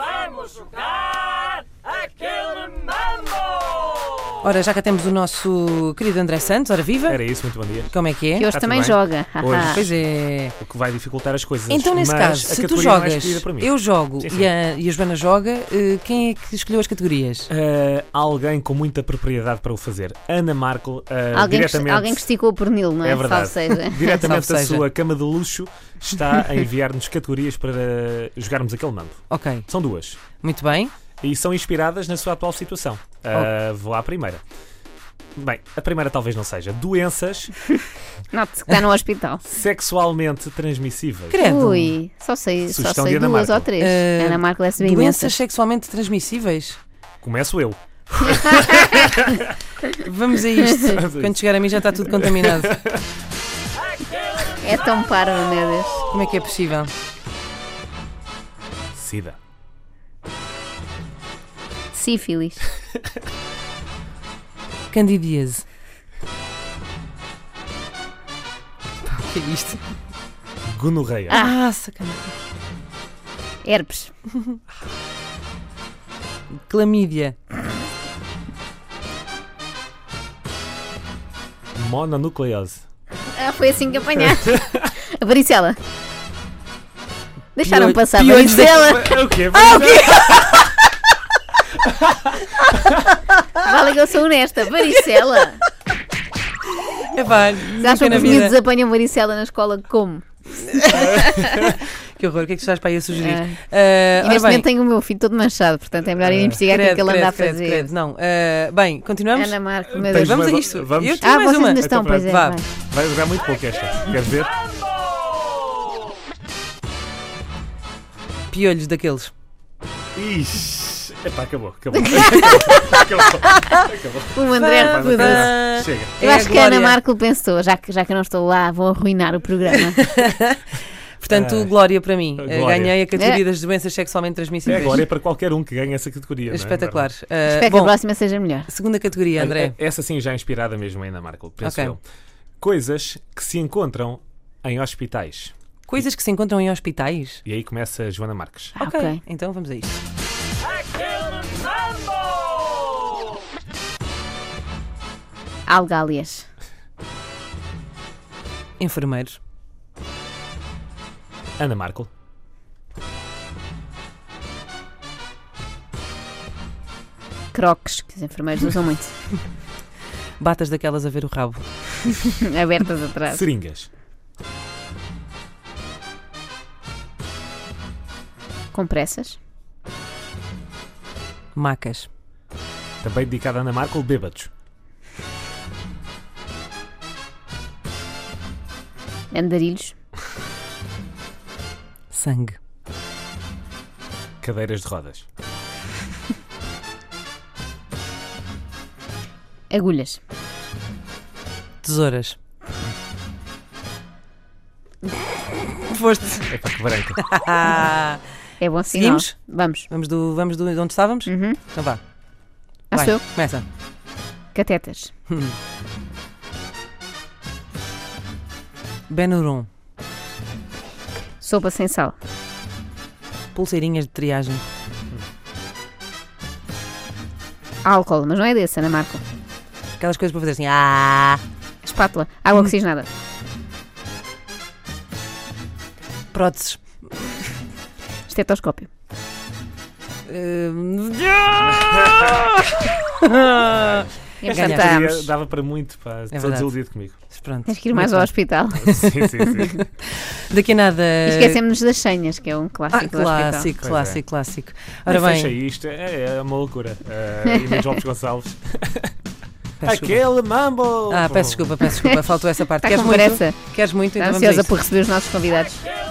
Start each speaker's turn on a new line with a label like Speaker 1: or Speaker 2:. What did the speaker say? Speaker 1: vamos jogar aquele mambo!
Speaker 2: Ora, já cá temos o nosso querido André Santos, ora viva.
Speaker 3: Era isso, muito bom dia.
Speaker 2: Como é que é?
Speaker 4: Que hoje
Speaker 3: Tá
Speaker 4: também
Speaker 3: tudo bem.
Speaker 4: joga.
Speaker 3: Hoje.
Speaker 2: Pois é.
Speaker 3: O que vai dificultar as coisas.
Speaker 2: Então, nesse
Speaker 3: Mas
Speaker 2: caso,
Speaker 3: a
Speaker 2: se tu
Speaker 3: categoria mais
Speaker 2: jogas,
Speaker 3: querida para mim.
Speaker 2: eu jogo
Speaker 3: Sim,
Speaker 2: E,
Speaker 3: sim.
Speaker 2: a, e a Joana joga, eh, quem é que escolheu as categorias?
Speaker 3: Eh, alguém com muita propriedade para o fazer. Ana Marco, eh,
Speaker 4: alguém, que,
Speaker 3: diretamente,
Speaker 4: alguém que esticou o pernil, não é?
Speaker 3: É verdade.
Speaker 4: Salve seja.
Speaker 3: diretamente da
Speaker 2: Salve seja.
Speaker 3: sua cama de luxo, está a enviar-nos categorias para jogarmos aquele mambo.
Speaker 2: Ok,
Speaker 3: São duas.
Speaker 2: muito bem.
Speaker 3: E são inspiradas na sua atual situação.
Speaker 2: Oh.
Speaker 3: Eh, Vou à primeira. Bem, a primeira talvez não seja. Doenças
Speaker 4: Note-se que está no hospital.
Speaker 3: sexualmente transmissíveis.
Speaker 2: Credo.
Speaker 4: Ui, só sei, só
Speaker 3: Sugestão de
Speaker 4: sei
Speaker 3: Ana
Speaker 4: duas
Speaker 3: Marco.
Speaker 4: ou três.
Speaker 2: Eh,
Speaker 4: Ana Marco é bem imensa.
Speaker 2: Doenças sexualmente transmissíveis?
Speaker 3: Começo eu.
Speaker 2: Vamos a isto. Quando chegar a mim já está tudo contaminado.
Speaker 4: É tão parvo, meu Deus.
Speaker 2: Como é que é possível?
Speaker 3: Sida.
Speaker 4: Sífilis.
Speaker 2: Candidíase. Pá, O que é isto?
Speaker 3: Gonorreia.
Speaker 2: Ah, sacanagem.
Speaker 4: Herpes.
Speaker 2: Clamídia.
Speaker 3: Mononucleose.
Speaker 4: Ah, foi assim que apanhaste. A varicela. Deixaram
Speaker 2: Piolho-
Speaker 4: passar a
Speaker 2: piolhos da-
Speaker 4: varicela.
Speaker 3: O quê? Ah, o quê?
Speaker 4: Vale que eu sou honesta. Varicela.
Speaker 2: É pá,
Speaker 4: Sabes
Speaker 2: nunca
Speaker 4: que
Speaker 2: na
Speaker 4: os miúdos
Speaker 2: vida.
Speaker 4: apanham varicela na escola como?
Speaker 2: Que horror, o que é que estás para aí a sugerir?
Speaker 4: Ah.
Speaker 2: Ah,
Speaker 4: E
Speaker 2: ora
Speaker 4: neste
Speaker 2: bem,
Speaker 4: momento tenho o meu filho todo manchado, portanto é melhor
Speaker 3: Eh,
Speaker 4: ir investigar o que é que ele anda a
Speaker 2: credo,
Speaker 4: fazer.
Speaker 2: credo, não. Ah, bem, continuamos?
Speaker 4: Ana Marco, meu
Speaker 3: Tens
Speaker 4: Deus.
Speaker 2: Vamos a
Speaker 3: Mas,
Speaker 2: isto.
Speaker 3: vamos.
Speaker 2: Eu tenho
Speaker 4: Ah,
Speaker 2: mais
Speaker 4: vocês
Speaker 2: uma.
Speaker 4: ainda estão,
Speaker 3: Então
Speaker 4: pois é.
Speaker 2: vá.
Speaker 4: vai.
Speaker 3: Vai jogar muito pouco esta. Queres ver?
Speaker 1: Mambo!
Speaker 2: Então, Piolhos daqueles.
Speaker 3: Ixi. Epá, acabou, acabou. acabou. acabou.
Speaker 4: O Um André
Speaker 2: Vá,
Speaker 4: repuda-se.
Speaker 2: vá.
Speaker 3: Chega.
Speaker 4: Eu
Speaker 2: É
Speaker 4: acho
Speaker 2: a
Speaker 4: que a Ana
Speaker 2: Glória.
Speaker 4: Marco pensou, já que, já que eu não estou lá, vou arruinar o programa.
Speaker 2: Portanto,
Speaker 3: Ah.
Speaker 2: glória para mim. Eh,
Speaker 3: Glória.
Speaker 2: Ganhei a categoria
Speaker 4: É.
Speaker 2: das doenças sexualmente
Speaker 3: É
Speaker 2: transmissíveis.
Speaker 3: agora é para qualquer um que ganhe essa categoria. não é?
Speaker 2: Espetacular. Eh,
Speaker 4: Espero que a
Speaker 2: bom,
Speaker 4: próxima seja melhor.
Speaker 2: segunda categoria, André.
Speaker 3: Essa sim já é inspirada mesmo ainda, Marco. Penso
Speaker 2: Ok.
Speaker 3: eu. Coisas que se encontram em hospitais.
Speaker 2: Coisas que se encontram em hospitais.
Speaker 3: E aí começa a Joana Marques.
Speaker 4: Ah, ok.
Speaker 2: Então vamos a isto.
Speaker 1: Aquele mambo!
Speaker 4: Algálias.
Speaker 2: Enfermeiros.
Speaker 3: Ana Marco.
Speaker 4: Crocs, que os enfermeiros usam muito.
Speaker 2: Batas daquelas a ver o rabo.
Speaker 4: Abertas atrás.
Speaker 3: Seringas.
Speaker 4: Compressas.
Speaker 2: Macas.
Speaker 3: Também dedicada a Ana Marco, bêbados.
Speaker 4: Andarilhos.
Speaker 2: Sangue.
Speaker 3: Cadeiras de rodas.
Speaker 4: Agulhas.
Speaker 2: Tesouras. Foste.
Speaker 3: Epá, que branca.
Speaker 2: Ah,
Speaker 4: É bom sinal.
Speaker 2: Seguimos?
Speaker 4: Vamos.
Speaker 2: vamos, do, vamos do, de onde estávamos?
Speaker 4: Uhum.
Speaker 2: Então vá.
Speaker 4: Ah,
Speaker 2: Vai,
Speaker 4: sou eu.
Speaker 2: Começa.
Speaker 4: Catetas.
Speaker 2: Benuron.
Speaker 4: Sopa sem sal.
Speaker 2: Pulseirinhas de triagem.
Speaker 4: Álcool, mas não é desse, Ana Marco.
Speaker 2: Aquelas coisas para fazer assim. Ah!
Speaker 4: Espátula. Água oxigenada.
Speaker 2: Próteses.
Speaker 4: Estetoscópio.
Speaker 2: Ehm,
Speaker 4: Esta
Speaker 2: Ganhaste.
Speaker 4: está-
Speaker 3: Seria- Dava para muito, pá. Estou
Speaker 2: É verdade.
Speaker 3: desiludido comigo.
Speaker 2: Pronto.
Speaker 4: Tens que ir mais ao hospital.
Speaker 3: sim, sim, sim.
Speaker 2: Daqui a nada.
Speaker 4: E Esquecemos das senhas, que é um
Speaker 2: Ah,
Speaker 4: clássico do hospital.
Speaker 2: clássico,
Speaker 3: Pois
Speaker 2: clássico,
Speaker 3: é.
Speaker 2: clássico. Ora
Speaker 3: Ora Fecha
Speaker 2: bem,
Speaker 3: isto, é, é uma loucura. Eh, Inês Lopes Gonçalves.
Speaker 2: peço desculpa.
Speaker 3: Aquele mambo!
Speaker 2: Ah, peço desculpa, peço desculpa, faltou essa parte.
Speaker 4: Está
Speaker 2: Queres
Speaker 4: Tá com
Speaker 2: muito?
Speaker 4: pressa.
Speaker 2: Queres muito?
Speaker 4: Está
Speaker 2: Então vamos a
Speaker 4: Tá, ansiosa
Speaker 2: isto.
Speaker 4: por receber os nossos convidados.